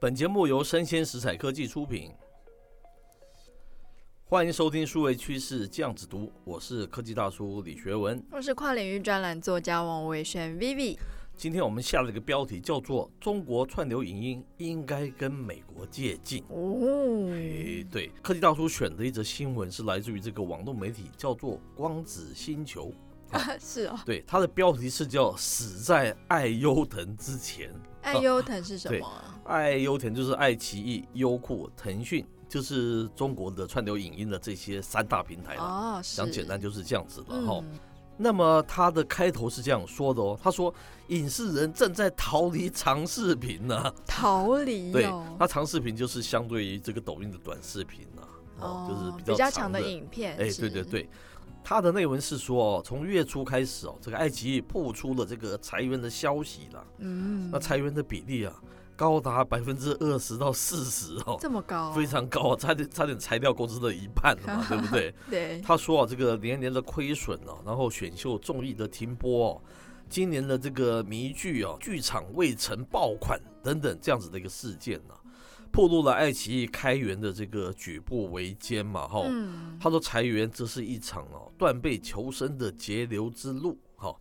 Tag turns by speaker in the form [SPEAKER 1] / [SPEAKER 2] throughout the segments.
[SPEAKER 1] 本节目由生鲜食材科技出品，欢迎收听数位趋势这样子读，我是科技大叔李学文。
[SPEAKER 2] 我是跨领域专栏作家王伟轩 Vivi。
[SPEAKER 1] 今天我们下了一个标题，叫做“中国串流影音应该跟美国借鉴”。
[SPEAKER 2] 哦，
[SPEAKER 1] 诶，对，科技大叔选的一则新闻是来自于这个网络媒体，叫做“光子星球
[SPEAKER 2] 是哦”。。
[SPEAKER 1] 对，它的标题是叫“死在爱优腾之前”。
[SPEAKER 2] 爱优腾是什么啊？
[SPEAKER 1] 爱优腾就是爱奇艺、优酷、腾讯，就是中国的串流影音的这些三大平台了。
[SPEAKER 2] 哦，是
[SPEAKER 1] 哎讲简单就是这样子了哈、
[SPEAKER 2] 嗯
[SPEAKER 1] 那么它的开头是这样说的哦，他说影视人正在逃离长视频呢、
[SPEAKER 2] 逃离
[SPEAKER 1] 对
[SPEAKER 2] 哦，，
[SPEAKER 1] 它长视频就是相对于这个抖音的短视频啊，哦，就是
[SPEAKER 2] 比
[SPEAKER 1] 比较
[SPEAKER 2] 长
[SPEAKER 1] 的
[SPEAKER 2] 的。影片。
[SPEAKER 1] 哎，
[SPEAKER 2] 是
[SPEAKER 1] 对对，对，它的内文是说哦，从月初开始哦，这个爱奇艺曝出了这个裁员的消息了，
[SPEAKER 2] 嗯，
[SPEAKER 1] 那裁员的比例啊，高达百分之二十到四十哦。
[SPEAKER 2] 这么高，
[SPEAKER 1] 非常高啊，差点差点裁掉公司的一半了 嘛，对不对？
[SPEAKER 2] 对，
[SPEAKER 1] 他说啊，这个连年的亏损哦、然后选秀综艺的停播、哦，今年的这个迷剧哦、剧场未曾爆款等等这样子的一个事件呢、暴露了爱奇艺开源的这个举步维艰嘛，哈、
[SPEAKER 2] 嗯，
[SPEAKER 1] 他说裁员这是一场哦断背求生的节流之路。哈、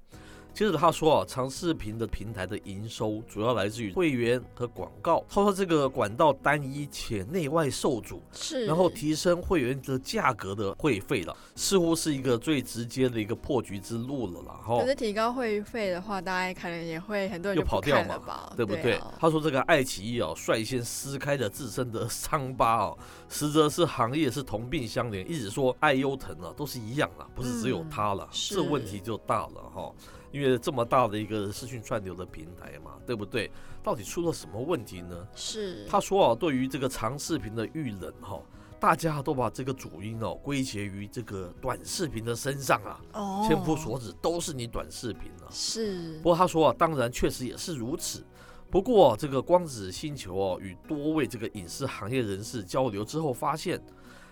[SPEAKER 1] 接着他说啊，长视频的平台的营收主要来自于会员和广告。他说这个管道单一且内外受阻，
[SPEAKER 2] 是。
[SPEAKER 1] 然后提升会员的价格的会费了，似乎是一个最直接的一个破局之路了啦。哈、
[SPEAKER 2] 可是提高会费的话，大家可能也会很多人
[SPEAKER 1] 又
[SPEAKER 2] 就不
[SPEAKER 1] 跑掉
[SPEAKER 2] 看
[SPEAKER 1] 嘛
[SPEAKER 2] 了吧，
[SPEAKER 1] 对不对？
[SPEAKER 2] 啊
[SPEAKER 1] 他说这个爱奇艺哦，率先撕开了自身的伤疤哦，实则是行业是同病相怜，一直说爱优腾啊都是一样啦，不是只有它了，
[SPEAKER 2] 嗯是
[SPEAKER 1] 这问题就大了哈、因为这么大的一个视讯串流的平台嘛，对不对？到底出了什么问题呢？
[SPEAKER 2] 是
[SPEAKER 1] 他说啊，对于这个长视频的遇冷哈、大家都把这个主因哦归结于这个短视频的身上啊，
[SPEAKER 2] 哦，
[SPEAKER 1] 千夫所指都是你短视频啊。
[SPEAKER 2] 是
[SPEAKER 1] 不过他说啊，当然确实也是如此。不过、这个光子星球哦，与多位这个影视行业人士交流之后发现，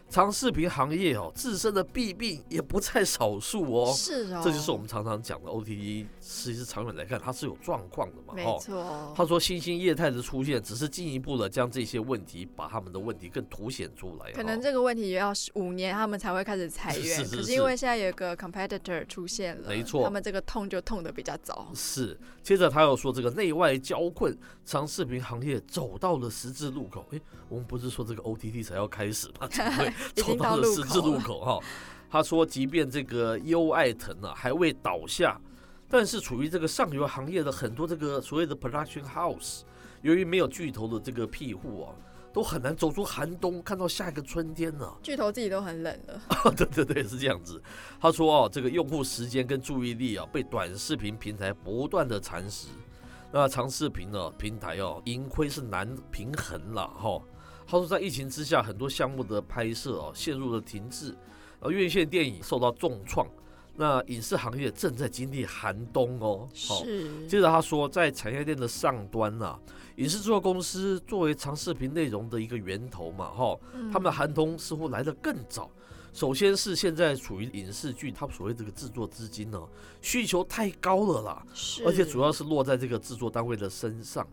[SPEAKER 1] 长视频行业哦自身的弊病也不在少数哦。
[SPEAKER 2] 是哦，
[SPEAKER 1] 这就是我们常常讲的 OTT，其实长远来看它是有状况的嘛。
[SPEAKER 2] 没
[SPEAKER 1] 哦，
[SPEAKER 2] 错，
[SPEAKER 1] 他说新兴业态的出现，只是进一步的将这些问题把他们的问题更凸显出来。
[SPEAKER 2] 可能
[SPEAKER 1] 哦
[SPEAKER 2] 这个问题也要十五年他们才会开始裁
[SPEAKER 1] 是
[SPEAKER 2] 员，
[SPEAKER 1] 是是
[SPEAKER 2] 可
[SPEAKER 1] 是
[SPEAKER 2] 是因为现在有一个 competitor 出现了，
[SPEAKER 1] 没错
[SPEAKER 2] 呃他们这个痛就痛的比较早。
[SPEAKER 1] 是，接着他又说这个内外交困，长视频行业走到了十字路口。诶，我们不是说这个 OTT 才要开始 吗？怎么会
[SPEAKER 2] 已
[SPEAKER 1] 走
[SPEAKER 2] 经
[SPEAKER 1] 到
[SPEAKER 2] 到
[SPEAKER 1] 了
[SPEAKER 2] 路
[SPEAKER 1] 十字
[SPEAKER 2] 口
[SPEAKER 1] 路
[SPEAKER 2] 了
[SPEAKER 1] 口哈、他说，即便这个优爱腾啊还未倒下，但是处于这个上游行业的很多这个所谓的 production house，由于没有巨头的这个庇护啊，都很难走出寒冬，看到下一个春天呢、
[SPEAKER 2] 巨头自己都很冷了，
[SPEAKER 1] 对对对，是这样子。他说哦，这个用户时间跟注意力啊，被短视频平台不断的蚕食。那长视频呢，平台哦，盈亏是难平衡了哈、他说，在疫情之下，很多项目的拍摄哦陷入了停滞，而院线电影受到重创，那影视行业正在经历寒冬哦。 好
[SPEAKER 2] 是
[SPEAKER 1] 接着他说，在产业链的上端啊，影视制作公司作为长视频内容的一个源头嘛，哈、
[SPEAKER 2] 嗯
[SPEAKER 1] 他们的寒冬似乎来得更早。首先是现在处于影视剧，它所谓这个制作资金呢、需求太高了啦，
[SPEAKER 2] 是，
[SPEAKER 1] 而且主要是落在这个制作单位的身上。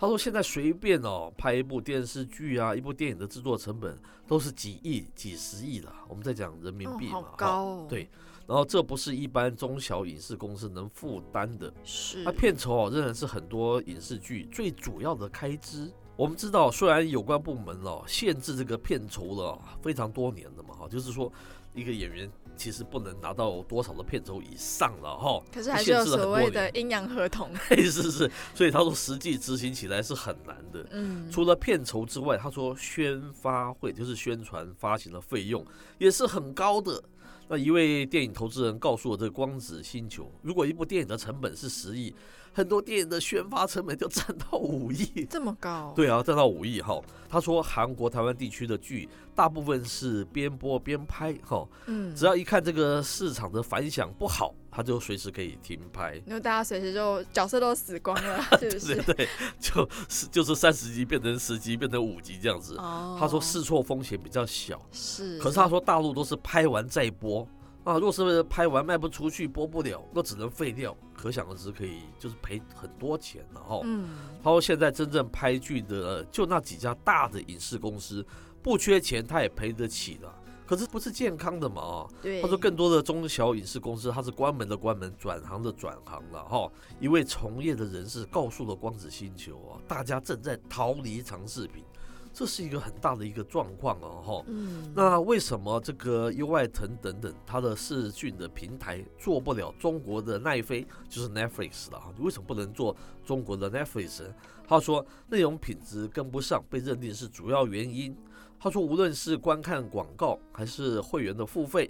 [SPEAKER 1] 他说现在随便哦拍一部电视剧啊，一部电影的制作成本都是几亿、几十亿啦。我们在讲人民
[SPEAKER 2] 哦
[SPEAKER 1] 币嘛，
[SPEAKER 2] 好
[SPEAKER 1] 哈
[SPEAKER 2] 高哦，
[SPEAKER 1] 对然后这不是一般中小影视公司能负担的。
[SPEAKER 2] 是
[SPEAKER 1] 那片酬哦，仍然是很多影视剧最主要的开支。我们知道，虽然有关部门哦限制这个片酬了哦非常多年了嘛，哈，就是说一个演员其实不能拿到多少的片酬以上了哈。
[SPEAKER 2] 可是还是有
[SPEAKER 1] 限制了很
[SPEAKER 2] 所
[SPEAKER 1] 多
[SPEAKER 2] 谓
[SPEAKER 1] 年
[SPEAKER 2] 的阴阳合 同，
[SPEAKER 1] 嘿，是是，所以他说实际执行起来是很难的。
[SPEAKER 2] 嗯，
[SPEAKER 1] 除了片酬之外，他说宣发会就是宣传发行的费用也是很高的。那一位电影投资人告诉我，这个光子星球，如果一部电影的成本是十亿，很多电影的宣发成本就占到五亿。
[SPEAKER 2] 这么高，，
[SPEAKER 1] 对啊，占到五亿哈。他说，韩国、台湾地区的剧大部分是边播边拍哈，
[SPEAKER 2] 嗯，
[SPEAKER 1] 只要一看这个市场的反响不好，他就随时可以停拍。
[SPEAKER 2] 那大家随时就角色都死光了，是不
[SPEAKER 1] 对
[SPEAKER 2] 是？
[SPEAKER 1] 对，就是就是三十集变成十集，变成五集这样子。
[SPEAKER 2] 哦
[SPEAKER 1] 他说试错风险比较小，
[SPEAKER 2] 是，
[SPEAKER 1] 可是他说大陆都是拍完再播，啊，若是拍完卖不出去，播不了，那只能废掉。可想而知，可以就是赔很多钱了哈。
[SPEAKER 2] 嗯，
[SPEAKER 1] 他说现在真正拍剧的呃就那几家大的影视公司，不缺钱，他也赔得起的。可是不是健康的嘛啊？
[SPEAKER 2] 对。
[SPEAKER 1] 他说更多的中小影视公司，它是关门的关门，转行的转行了哈。一位从业的人士告诉了光子星球啊，大家正在逃离长视频，这是一个很大的一个状况哦哈。
[SPEAKER 2] 嗯，
[SPEAKER 1] 那为什么这个优爱腾等等它的视讯的平台做不了中国的奈飞，就是 Netflix 了啊？为什么不能做中国的 Netflix？呢他说内容品质跟不上，被认定是主要原因。他说无论是观看广告还是会员的付费，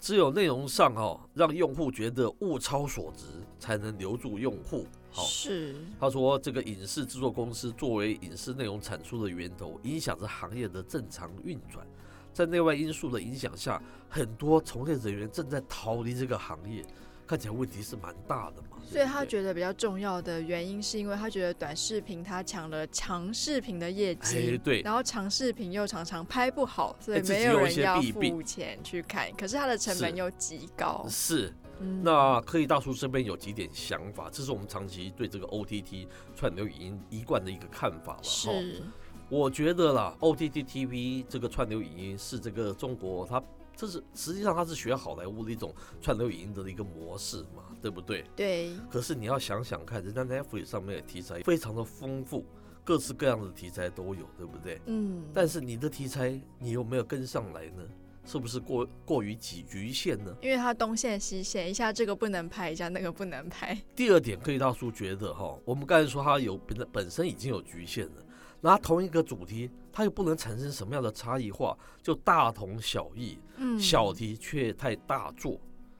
[SPEAKER 1] 只有内容上哦，让用户觉得物超所值，才能留住用户。好、
[SPEAKER 2] 是
[SPEAKER 1] 他说，这个影视制作公司作为影视内容产出的源头，影响着行业的正常运转。在内外因素的影响下，很多从业人员正在逃离这个行业，看起来问题是蛮大的嘛。
[SPEAKER 2] 所
[SPEAKER 1] 对
[SPEAKER 2] 以
[SPEAKER 1] 不
[SPEAKER 2] 他
[SPEAKER 1] 对
[SPEAKER 2] 觉得比较重要的原因，是因为他觉得短视频它抢了长视频的业绩，
[SPEAKER 1] 哎对
[SPEAKER 2] 然后长视频又常常拍不好，所
[SPEAKER 1] 哎
[SPEAKER 2] 以
[SPEAKER 1] 自己
[SPEAKER 2] 没
[SPEAKER 1] 有一
[SPEAKER 2] 人
[SPEAKER 1] 些
[SPEAKER 2] 要
[SPEAKER 1] 弊病
[SPEAKER 2] 付钱去看，可是它的成本
[SPEAKER 1] 是
[SPEAKER 2] 又极高。
[SPEAKER 1] 是
[SPEAKER 2] 嗯，
[SPEAKER 1] 那科技大叔这边有几点想法，这是我们长期对这个 OTT 串流影音一贯的一个看法了。哈
[SPEAKER 2] 是
[SPEAKER 1] 我觉得啦，OTT TV 这个串流影音是这个中国它。这是实际上它是学好莱坞的一种串流影音的一个模式嘛，对不对？
[SPEAKER 2] 对，
[SPEAKER 1] 可是你要想想看，人家 Netflix 上面的题材非常的丰富，各式各样的题材都有，对不对？
[SPEAKER 2] 嗯，
[SPEAKER 1] 但是你的题材你有没有跟上来呢？是不是过过于局局限呢？
[SPEAKER 2] 因为它东线西线，一下这个不能拍，一下那个不能拍，
[SPEAKER 1] 第二点，科技大叔觉得哈，我们刚才说它有本本身已经有局限了，然后同一个主题，它又不能产生什么样的差异化，就大同小异，
[SPEAKER 2] 嗯，
[SPEAKER 1] 小题却太大做，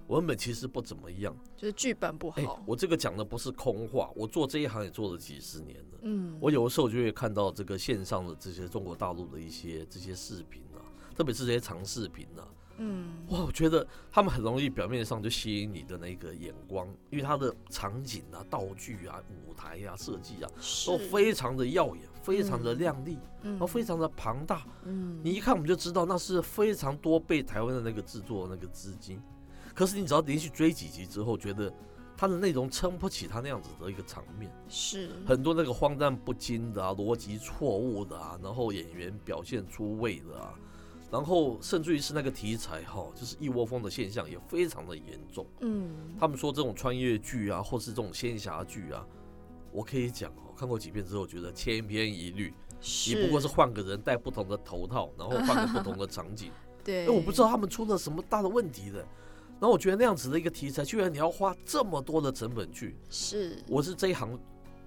[SPEAKER 1] 文本其实不怎么样。
[SPEAKER 2] 就是剧本不
[SPEAKER 1] 哎
[SPEAKER 2] 好，，
[SPEAKER 1] 我这个讲的不是空话，我做这一行也做了几十年了。
[SPEAKER 2] 嗯，
[SPEAKER 1] 我有的时候就会看到这个线上的这些中国大陆的一些这些视频啊，特别是这些长视频啊，
[SPEAKER 2] 嗯，
[SPEAKER 1] 哇，我觉得他们很容易表面上就吸引你的那个眼光，因为它的场景啊、道具啊、舞台啊、设计啊，
[SPEAKER 2] 是
[SPEAKER 1] 都非常的耀眼，非常的亮丽，
[SPEAKER 2] 嗯
[SPEAKER 1] 然后非常的庞大。
[SPEAKER 2] 嗯，
[SPEAKER 1] 你一看我们就知道那是非常多被台湾的那个制作那个资金。可是你只要连续追几集之后，觉得它的内容撑不起它那样子的一个场面。
[SPEAKER 2] 是
[SPEAKER 1] 很多那个荒诞不经的啊，逻辑错误的啊，然后演员表现出位的啊，然后甚至于是那个题材哈、就是一窝蜂的现象也非常的严重。
[SPEAKER 2] 嗯，
[SPEAKER 1] 他们说这种穿越剧啊，或是这种仙侠剧啊，我可以讲哦，看过几遍之后觉得千篇一律，
[SPEAKER 2] 是
[SPEAKER 1] 只不过是换个人戴不同的头套，然后换个不同的场景。
[SPEAKER 2] 对，
[SPEAKER 1] 哎，我不知道他们出了什么大的问题的。然后我觉得那样子的一个题材，居然你要花这么多的成本去，
[SPEAKER 2] 是
[SPEAKER 1] 我是这一行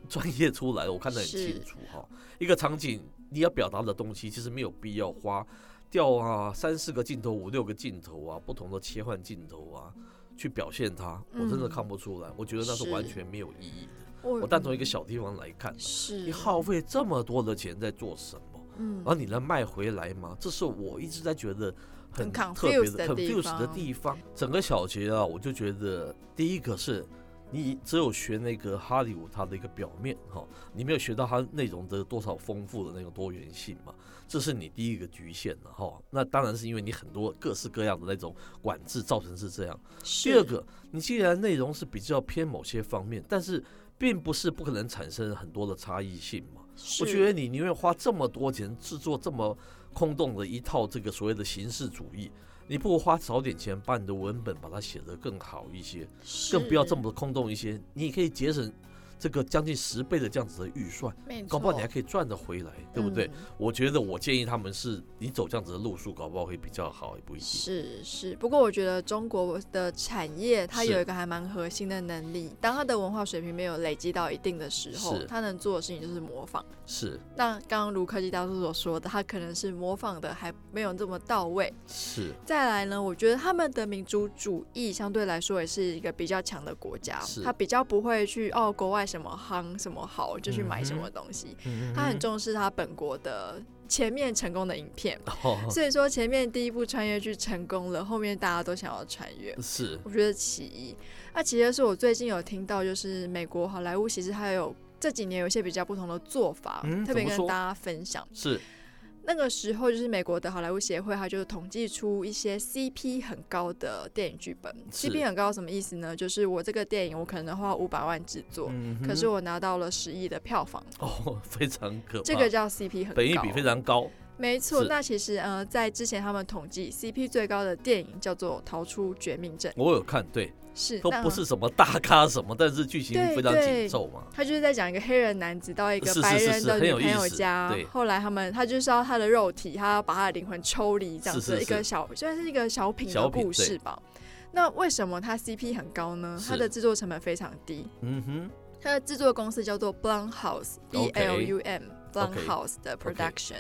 [SPEAKER 1] 专业出来的，我看得很
[SPEAKER 2] 是
[SPEAKER 1] 清楚哈。一个场景你要表达的东西，其实没有必要花掉啊三四个镜头、五六个镜头啊，不同的切换镜头啊，去表现它。我真的
[SPEAKER 2] 嗯
[SPEAKER 1] 看不出来，我觉得那是
[SPEAKER 2] 是
[SPEAKER 1] 完全没有意义的。
[SPEAKER 2] 我
[SPEAKER 1] 我单从一个小地方来看，
[SPEAKER 2] 是
[SPEAKER 1] 你耗费这么多的钱在做什么？
[SPEAKER 2] 嗯
[SPEAKER 1] 然后你能卖回来吗？这是我一直在觉得很
[SPEAKER 2] 很
[SPEAKER 1] 特别
[SPEAKER 2] confused 的
[SPEAKER 1] 很
[SPEAKER 2] 地
[SPEAKER 1] fuse 的
[SPEAKER 2] 方
[SPEAKER 1] 地方。整个小节啊，我就觉得第一个是。你只有学那个哈利伍他的一个表面哈、你没有学到它内容的多少丰富的那种多元性嘛，这是你第一个局限了哈、那当然是因为你很多各式各样的那种管制造成是这样。第二
[SPEAKER 2] 是
[SPEAKER 1] 个，你既然内容是比较偏某些方面，但是并不是不可能产生很多的差异性嘛。我
[SPEAKER 2] 是
[SPEAKER 1] 觉得你宁愿花这么多钱制作这么空洞的一套这个所谓的形式主义，你不如花少点钱把你的文本把它写得更好一些，更不要这
[SPEAKER 2] 是
[SPEAKER 1] 么的空洞一些。你可以节省这个将近十倍的这样子的预算，
[SPEAKER 2] 没
[SPEAKER 1] 搞不好你
[SPEAKER 2] 错
[SPEAKER 1] 还可以赚得回来，对不对？
[SPEAKER 2] 嗯
[SPEAKER 1] 我觉得我建议他们是你走这样子的路数，搞不好会比较好，也不一定。
[SPEAKER 2] 是是，不过我觉得中国的产业它
[SPEAKER 1] 是
[SPEAKER 2] 有一个还蛮核心的能力，当它的文化水平没有累积到一定的时候
[SPEAKER 1] 是，
[SPEAKER 2] 它能做的事情就是模仿。
[SPEAKER 1] 是
[SPEAKER 2] 那刚刚卢科技大叔所说的，他可能是模仿的还没有这么到位。
[SPEAKER 1] 是
[SPEAKER 2] 再来呢，我觉得他们的民族主义相对来说也是一个比较强的国家
[SPEAKER 1] 是，
[SPEAKER 2] 他比较不会去哦国外什么夯什么好
[SPEAKER 1] 嗯
[SPEAKER 2] 就去买什么东西，他很重视他本国的前面成功的影片。
[SPEAKER 1] 哦，
[SPEAKER 2] 所以说前面第一部穿越剧成功了，后面大家都想要穿越。
[SPEAKER 1] 是
[SPEAKER 2] 我觉得其一，那其二是我最近有听到，就是美国好莱坞其实它有这几年有一些比较不同的做法，
[SPEAKER 1] 嗯
[SPEAKER 2] 特
[SPEAKER 1] 怎
[SPEAKER 2] 别
[SPEAKER 1] 么
[SPEAKER 2] 跟
[SPEAKER 1] 说
[SPEAKER 2] 大家分享。
[SPEAKER 1] 是
[SPEAKER 2] 那个时候就是美国的好莱坞协会，它就统计出一些 CP 很高的电影剧本。
[SPEAKER 1] 是
[SPEAKER 2] CP 很高什么意思呢？就是我这个电影我可能花五百万制作，
[SPEAKER 1] 嗯哼
[SPEAKER 2] 可是我拿到了十亿的票房，
[SPEAKER 1] 哦，非常可怕，
[SPEAKER 2] 这个叫 CP 很高。
[SPEAKER 1] 本益比非常高，
[SPEAKER 2] 没错。
[SPEAKER 1] 是
[SPEAKER 2] 那其实呃，在之前他们统计 CP 最高的电影叫做《逃出绝命镇
[SPEAKER 1] 我有看，对，》，
[SPEAKER 2] 是
[SPEAKER 1] 都
[SPEAKER 2] 那
[SPEAKER 1] 不是什么大咖什么，但是剧情
[SPEAKER 2] 对
[SPEAKER 1] 非常紧
[SPEAKER 2] 对
[SPEAKER 1] 凑嘛，
[SPEAKER 2] 他就是在讲一个黑人男子到一个
[SPEAKER 1] 是是
[SPEAKER 2] 白
[SPEAKER 1] 是
[SPEAKER 2] 人
[SPEAKER 1] 是
[SPEAKER 2] 的
[SPEAKER 1] 很
[SPEAKER 2] 女
[SPEAKER 1] 有
[SPEAKER 2] 朋
[SPEAKER 1] 意
[SPEAKER 2] 友
[SPEAKER 1] 思
[SPEAKER 2] 家，
[SPEAKER 1] 对
[SPEAKER 2] 后来他们他就是要他的肉体，他要把他的灵魂抽离，这样
[SPEAKER 1] 是
[SPEAKER 2] 子
[SPEAKER 1] 是
[SPEAKER 2] 一个
[SPEAKER 1] 是
[SPEAKER 2] 小算是一个小品
[SPEAKER 1] 小
[SPEAKER 2] 的
[SPEAKER 1] 品
[SPEAKER 2] 故
[SPEAKER 1] 对
[SPEAKER 2] 事吧。那为什么它 CP 很高呢？它
[SPEAKER 1] 是
[SPEAKER 2] 的制作成本非常低，
[SPEAKER 1] 嗯哼，
[SPEAKER 2] 它的制作公司叫做 Blumhouse，B
[SPEAKER 1] OK
[SPEAKER 2] L U M Blumhouse 的 Production。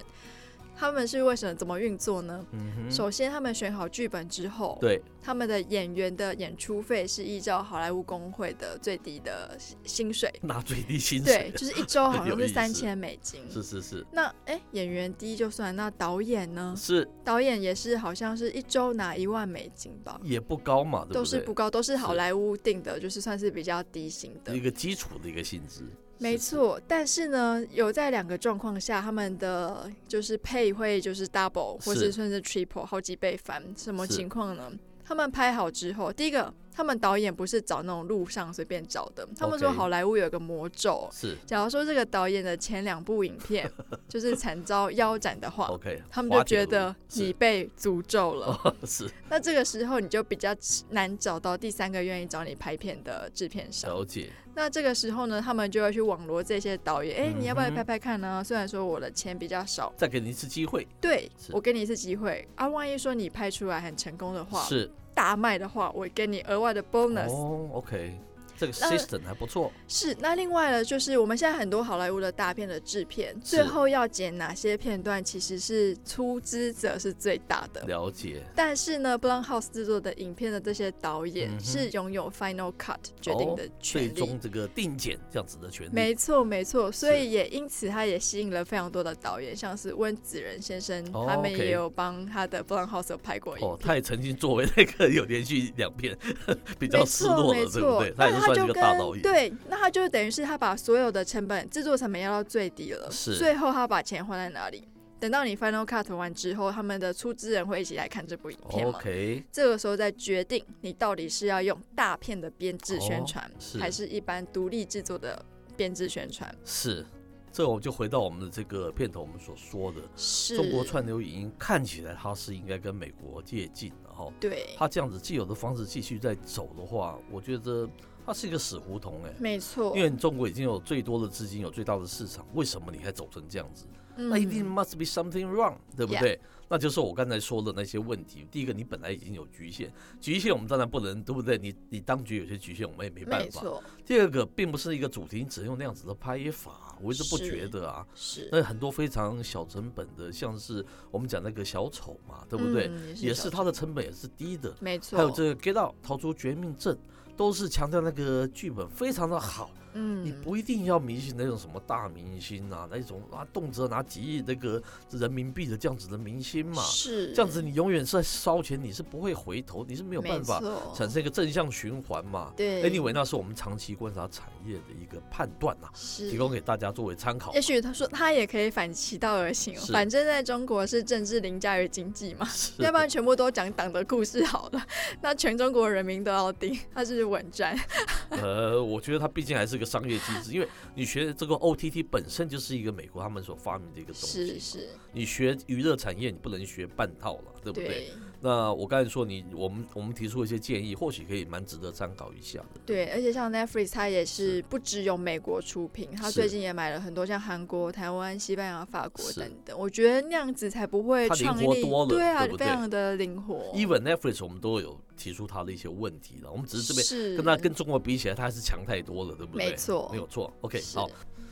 [SPEAKER 2] 他们是为什么怎么运作呢？
[SPEAKER 1] 嗯哼，
[SPEAKER 2] 首先，他们选好剧本之后，
[SPEAKER 1] 对，
[SPEAKER 2] 他们的演员的演出费是依照好莱坞工会的最低的薪薪水
[SPEAKER 1] 拿最低薪
[SPEAKER 2] 对，
[SPEAKER 1] 水，
[SPEAKER 2] 就是一周好像
[SPEAKER 1] 有意
[SPEAKER 2] 是
[SPEAKER 1] 思
[SPEAKER 2] 三千美金。
[SPEAKER 1] 是是是
[SPEAKER 2] 那哎、诶演员低就算，那导演呢？
[SPEAKER 1] 是
[SPEAKER 2] 导演也是好像是一周拿一万美金吧，
[SPEAKER 1] 也不高嘛，对对？
[SPEAKER 2] 都是不高，都是好
[SPEAKER 1] 是
[SPEAKER 2] 莱坞定的，就是算是比较低薪的
[SPEAKER 1] 一。个基础的一个薪资，
[SPEAKER 2] 没
[SPEAKER 1] 是，
[SPEAKER 2] 错，但是呢，有在两个状况下，他们的就是配会就是 double 或
[SPEAKER 1] 是
[SPEAKER 2] 是甚至 triple 好几倍翻，什么
[SPEAKER 1] 是
[SPEAKER 2] 情况呢？他们拍好之后，第一个，他们导演不是找那种路上随便找的，他们说
[SPEAKER 1] OK
[SPEAKER 2] 好莱坞有个魔咒，
[SPEAKER 1] 是
[SPEAKER 2] 假如说这个导演的前两部影 片就是惨遭腰斩的话，
[SPEAKER 1] OK，
[SPEAKER 2] 他们
[SPEAKER 1] 哦滑
[SPEAKER 2] 就
[SPEAKER 1] 铁
[SPEAKER 2] 觉
[SPEAKER 1] 卢哦
[SPEAKER 2] 得你被诅咒了。
[SPEAKER 1] 是是
[SPEAKER 2] 那这个时候你就比较难找到第三个愿意找你拍片的制片商。
[SPEAKER 1] 了解，
[SPEAKER 2] 那这个时候呢，他们就会去网罗这些导演，哎、
[SPEAKER 1] 嗯哼
[SPEAKER 2] 你要不要拍拍看呢？虽然说我的钱比较少，
[SPEAKER 1] 再给你一次机会，
[SPEAKER 2] 对
[SPEAKER 1] 是
[SPEAKER 2] 我给你一次机会啊，万一说你拍出来很成功的话，
[SPEAKER 1] 是
[SPEAKER 2] 大卖的话，我给你额外的 bonus。
[SPEAKER 1] 哦，OK，这个
[SPEAKER 2] 那
[SPEAKER 1] system 还不错，
[SPEAKER 2] 是，那另外呢，就是我们现在很多好莱坞的大片的制片，
[SPEAKER 1] 是
[SPEAKER 2] 最后要剪哪些片段，其实是出资者是最大的。
[SPEAKER 1] 了解，
[SPEAKER 2] 但是呢，Blumhouse 制作的影片的这些导
[SPEAKER 1] 嗯
[SPEAKER 2] 演
[SPEAKER 1] 哼
[SPEAKER 2] 是拥有 final cut 决定的
[SPEAKER 1] 哦最
[SPEAKER 2] 权利。
[SPEAKER 1] 终这个定检这样子的权利，
[SPEAKER 2] 没错，没错，所
[SPEAKER 1] 是
[SPEAKER 2] 以也因此，他也吸引了非常多的导演，像是温子仁先生，
[SPEAKER 1] 哦
[SPEAKER 2] 他们
[SPEAKER 1] OK
[SPEAKER 2] 也有帮他的 Blumhouse 有拍过影
[SPEAKER 1] 哦，
[SPEAKER 2] 片。
[SPEAKER 1] 他也曾经作为那个有连续两片比较
[SPEAKER 2] 没
[SPEAKER 1] 失
[SPEAKER 2] 错
[SPEAKER 1] 落的，对
[SPEAKER 2] 没
[SPEAKER 1] 不
[SPEAKER 2] 错
[SPEAKER 1] 对？他也
[SPEAKER 2] 那
[SPEAKER 1] 是
[SPEAKER 2] 他
[SPEAKER 1] 算是
[SPEAKER 2] 就
[SPEAKER 1] 一个
[SPEAKER 2] 跟
[SPEAKER 1] 大导演，
[SPEAKER 2] 对，那他就等于是他把所有的成本、制作成本压到最低了。
[SPEAKER 1] 是
[SPEAKER 2] 最后他把钱花在哪里？等到你 Final Cut 完之后，他们的出资人会一起来看这部影片嘛
[SPEAKER 1] 哦 OK，
[SPEAKER 2] 这个时候再决定你到底是要用大片的编制宣传，
[SPEAKER 1] 哦是
[SPEAKER 2] 还是一般独立制作的编制宣传？
[SPEAKER 1] 是。这我们就回到我们的这个片头，我们所说的
[SPEAKER 2] 是
[SPEAKER 1] 中国串流影音看起来它是应该跟美国借鉴，然后
[SPEAKER 2] 对，
[SPEAKER 1] 它这样子既有的方式继续在走的话，我觉得它是一个死胡同哎、
[SPEAKER 2] 没错，
[SPEAKER 1] 因为中国已经有最多的资金，有最大的市场，为什么你还走成这样子？那一定
[SPEAKER 2] 嗯、
[SPEAKER 1] must be something wrong，对不
[SPEAKER 2] Yeah
[SPEAKER 1] 对？那就是我刚才说的那些问题。第一个，你本来已经有局限，局限我们当然不能，对不对？你你当局有些局限，我们也没办
[SPEAKER 2] 没
[SPEAKER 1] 法。
[SPEAKER 2] 错，
[SPEAKER 1] 第二个，并不是一个主题，你只能用那样子的拍法，我一直不
[SPEAKER 2] 是
[SPEAKER 1] 觉得啊。
[SPEAKER 2] 是，
[SPEAKER 1] 那很多非常小成本的，像是我们讲那个小丑嘛，对不对？
[SPEAKER 2] 嗯也是
[SPEAKER 1] 也是
[SPEAKER 2] 小
[SPEAKER 1] 它的成本也是低的。
[SPEAKER 2] 没错，
[SPEAKER 1] 还有这个 Get Out 逃出绝命镇，都是强调那个剧本非常的好。
[SPEAKER 2] 嗯，
[SPEAKER 1] 你不一定要迷信那种什么大明星啊，那种啊动辄拿几亿那个人民币的这样子的明星嘛，
[SPEAKER 2] 是
[SPEAKER 1] 这样子你永远是在烧钱，你是不会回头，你是没有办法
[SPEAKER 2] 没错
[SPEAKER 1] 产生一个正向循环嘛。
[SPEAKER 2] 对
[SPEAKER 1] Anyway，那是我们长期观察产业的一个判断呐、
[SPEAKER 2] 是
[SPEAKER 1] 提供给大家作为参考。啊
[SPEAKER 2] 也许他说他也可以反其道而行哦，
[SPEAKER 1] 是
[SPEAKER 2] 反正在中国是政治凌驾于经济嘛，
[SPEAKER 1] 是
[SPEAKER 2] 要不然全部都讲党的故事好了， 那全中国人民都要盯，他是稳赚，
[SPEAKER 1] 呃，我觉得它毕竟还是个商业机制，因为你学这个 OTT 本身就是一个美国他们所发明的一个东西。
[SPEAKER 2] 是是，
[SPEAKER 1] 你学娱乐产业，你不能学半套了，对不对？
[SPEAKER 2] 对
[SPEAKER 1] 那我刚才说你，我们我们提出一些建议，或许可以蛮值得参考一下的。
[SPEAKER 2] 对，而且像 Netflix 它也
[SPEAKER 1] 是
[SPEAKER 2] 是不只有美国出品，它
[SPEAKER 1] 是
[SPEAKER 2] 最近也买了很多像韩国、台湾、西班牙、法国
[SPEAKER 1] 是
[SPEAKER 2] 等等，我觉得那样子才不会
[SPEAKER 1] 它灵
[SPEAKER 2] 创
[SPEAKER 1] 活
[SPEAKER 2] 立
[SPEAKER 1] 多了
[SPEAKER 2] 对啊，
[SPEAKER 1] 对不对
[SPEAKER 2] 非常的灵活，
[SPEAKER 1] Even Netflix 我们都有提出它的一些问题了，我们只是这边
[SPEAKER 2] 是
[SPEAKER 1] 跟它跟中国比起来，它还是强太多了，对不对？
[SPEAKER 2] 没错
[SPEAKER 1] 没有错。OK，
[SPEAKER 2] 是
[SPEAKER 1] 好，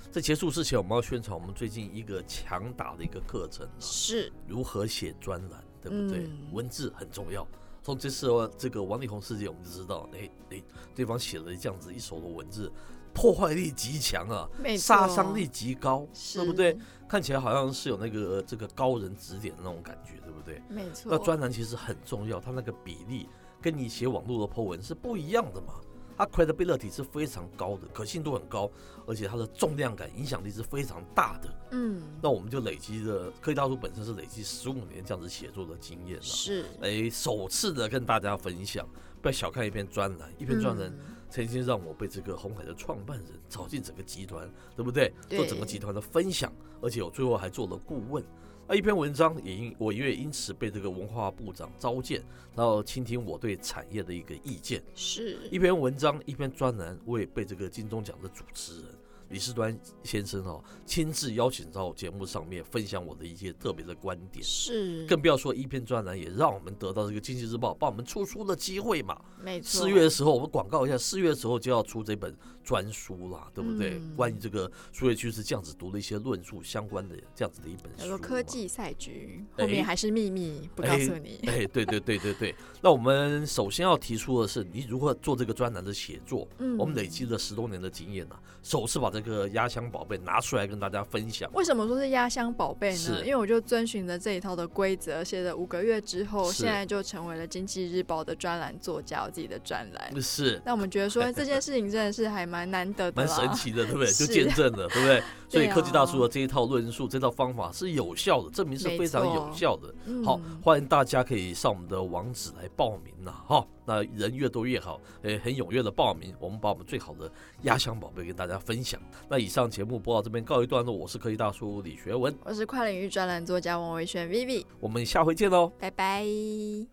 [SPEAKER 1] 在结束之前，我们要宣传我们最近一个强打的一个课程、啊，
[SPEAKER 2] 是
[SPEAKER 1] 如何写专栏，对不对？
[SPEAKER 2] 嗯
[SPEAKER 1] 文字很重要。从这次哦这个王力宏事件，我们就知道，哎哎，对方写了这样子一手的文字，破坏力极强啊，
[SPEAKER 2] 没错，
[SPEAKER 1] 杀伤力极高，
[SPEAKER 2] 是
[SPEAKER 1] 对不对？？看起来好像是有那个呃这个高人指点的那种感觉，对不对？
[SPEAKER 2] 没错，
[SPEAKER 1] 那专栏其实很重要，它那个比例跟你写网络的 po 文是不一样的嘛。它 credibility 是非常高的，可信度很高，而且它的重量感、影响力是非常大的。
[SPEAKER 2] 嗯，
[SPEAKER 1] 那我们就累积了，科技大叔本身是累积十五年这样子写作的经验了，
[SPEAKER 2] 是，
[SPEAKER 1] 哎，首次的跟大家分享，不要小看一篇专栏，一篇专栏
[SPEAKER 2] 嗯
[SPEAKER 1] 曾经让我被这个红海的创办人找进整个集团，对不对？
[SPEAKER 2] 对
[SPEAKER 1] 做整个集团的分享，而且我最后还做了顾问。那一篇文章也因我因为因此被这个文化部长召见，然后倾听我对产业的一个意见。
[SPEAKER 2] 是，
[SPEAKER 1] 一篇文章，一篇专栏，我也被这个金钟奖的主持人李世端先生哦亲自邀请到节目上面分享我的一些特别的观点。
[SPEAKER 2] 是，
[SPEAKER 1] 更不要说一篇专栏，也让我们得到这个《经济日报》帮我们出书的机会嘛。
[SPEAKER 2] 没错，
[SPEAKER 1] 四月的时候，我们广告一下，四月的时候就要出这本专书啦，对不对？
[SPEAKER 2] 嗯
[SPEAKER 1] 关于这个数学趋势这样子读了一些论述相关的这样子的一本
[SPEAKER 2] 叫
[SPEAKER 1] 书嘛。
[SPEAKER 2] 做科技赛局，
[SPEAKER 1] 哎
[SPEAKER 2] 后面还是秘密，不告诉你。
[SPEAKER 1] 哎，对对对对对。那我们首先要提出的是，你如何做这个专栏的写作？
[SPEAKER 2] 嗯
[SPEAKER 1] 我们累积了十多年的经验呐、啊首次把这个压箱宝贝拿出来跟大家分享。
[SPEAKER 2] 为什么说是压箱宝贝
[SPEAKER 1] 是
[SPEAKER 2] 呢？因为我就遵循了这一套的规则，写了五个月之后，
[SPEAKER 1] 是
[SPEAKER 2] 现在就成为了《经济日报》的专栏作家，我自己的专栏。
[SPEAKER 1] 是
[SPEAKER 2] 那我们觉得说这件事情真的是还蛮难得的
[SPEAKER 1] 蛮
[SPEAKER 2] 啦，
[SPEAKER 1] 神奇的，对不对？就是见证了，对不 对？所以
[SPEAKER 2] 对啊
[SPEAKER 1] 科技大叔的这一套论述、这套方法是有效的，证明是非常
[SPEAKER 2] 没错
[SPEAKER 1] 有效的。
[SPEAKER 2] 嗯
[SPEAKER 1] 好，欢迎大家可以上我们的网址来报名呐、哈、那人越多越好，诶，很踊跃的报名，我们把我们最好的压箱宝贝跟大家分享。那以上节目播到这边告一段落，我是科技大叔李学文，
[SPEAKER 2] 我是跨领域专栏作家王维轩 Vivi，
[SPEAKER 1] 我们下回见喽。
[SPEAKER 2] 拜拜。